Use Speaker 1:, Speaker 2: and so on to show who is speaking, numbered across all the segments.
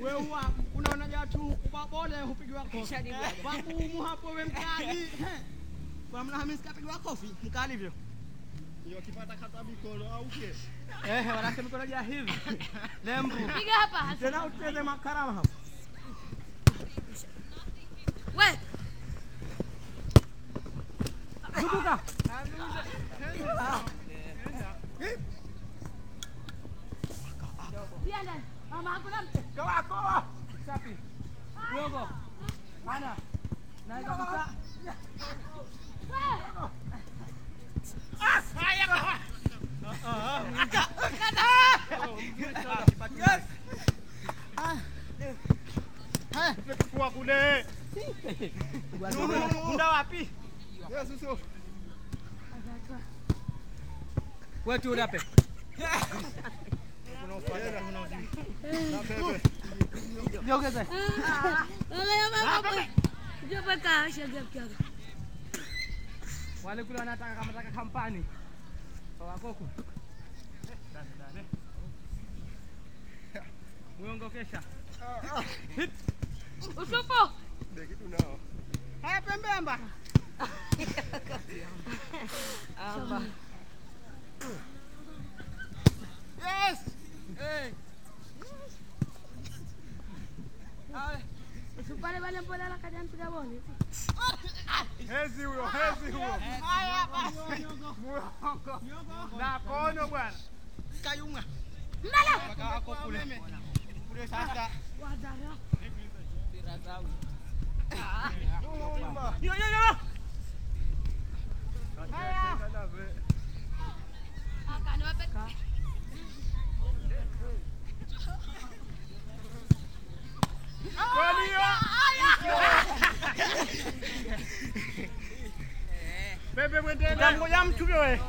Speaker 1: Wewe unaonaje watu ubabole hupigiwa kofi? Wakumu hapo wewe mkali. Eh. Kwa mna Hamisi kapigwa kofi mkali hivyo.
Speaker 2: Ukipata kata mikono au ke.
Speaker 1: Eh, wanasema mikono ya hivi. Lembu.
Speaker 3: Piga hapa Hassan.
Speaker 1: Tena uteze makarama hapo.
Speaker 3: Wewe
Speaker 1: Zunguka.
Speaker 3: pia ndani. Mama hakuna mtu.
Speaker 1: Kawa kawa. Safi. Dogo. Ana. Naweza kukaa.
Speaker 3: Wewe
Speaker 2: Kwa kule.
Speaker 1: Muda wapi?
Speaker 2: Yesu sio.
Speaker 1: Wewe tu unape.
Speaker 2: Unaofanya unaofanya. Na pepe.
Speaker 1: Niongeze.
Speaker 3: wewe mama boy. Jopa kaa shaga kiaga.
Speaker 1: Wale kule wanataka kama taka kampani. Wakoku. Mwongo kesha.
Speaker 3: Utupo.
Speaker 2: Deki tunao.
Speaker 1: Haya pembemba. Yes. Hey. Ale.
Speaker 3: Usipale wale mbona la kaja mpiga boni.
Speaker 2: Hezi huyo, hezi huyo.
Speaker 1: Haya basi.
Speaker 2: Na kono bwana.
Speaker 1: Kayunga.
Speaker 3: Mbele.
Speaker 2: Kaka ako kule. Kule sasa.
Speaker 3: Wadara.
Speaker 2: Nyuma.
Speaker 1: Yo yo yo.
Speaker 2: Haya.
Speaker 3: Akaniwape.
Speaker 2: Kwani hiyo? Pepe mwendeni. Jambo ya mtu wewe.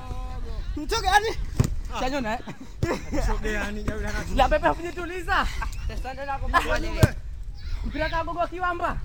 Speaker 1: Mtu gani? Shanyona. eh?
Speaker 2: Yani jawi la
Speaker 1: La pepe hujituliza. Mpira kagogo kiwamba.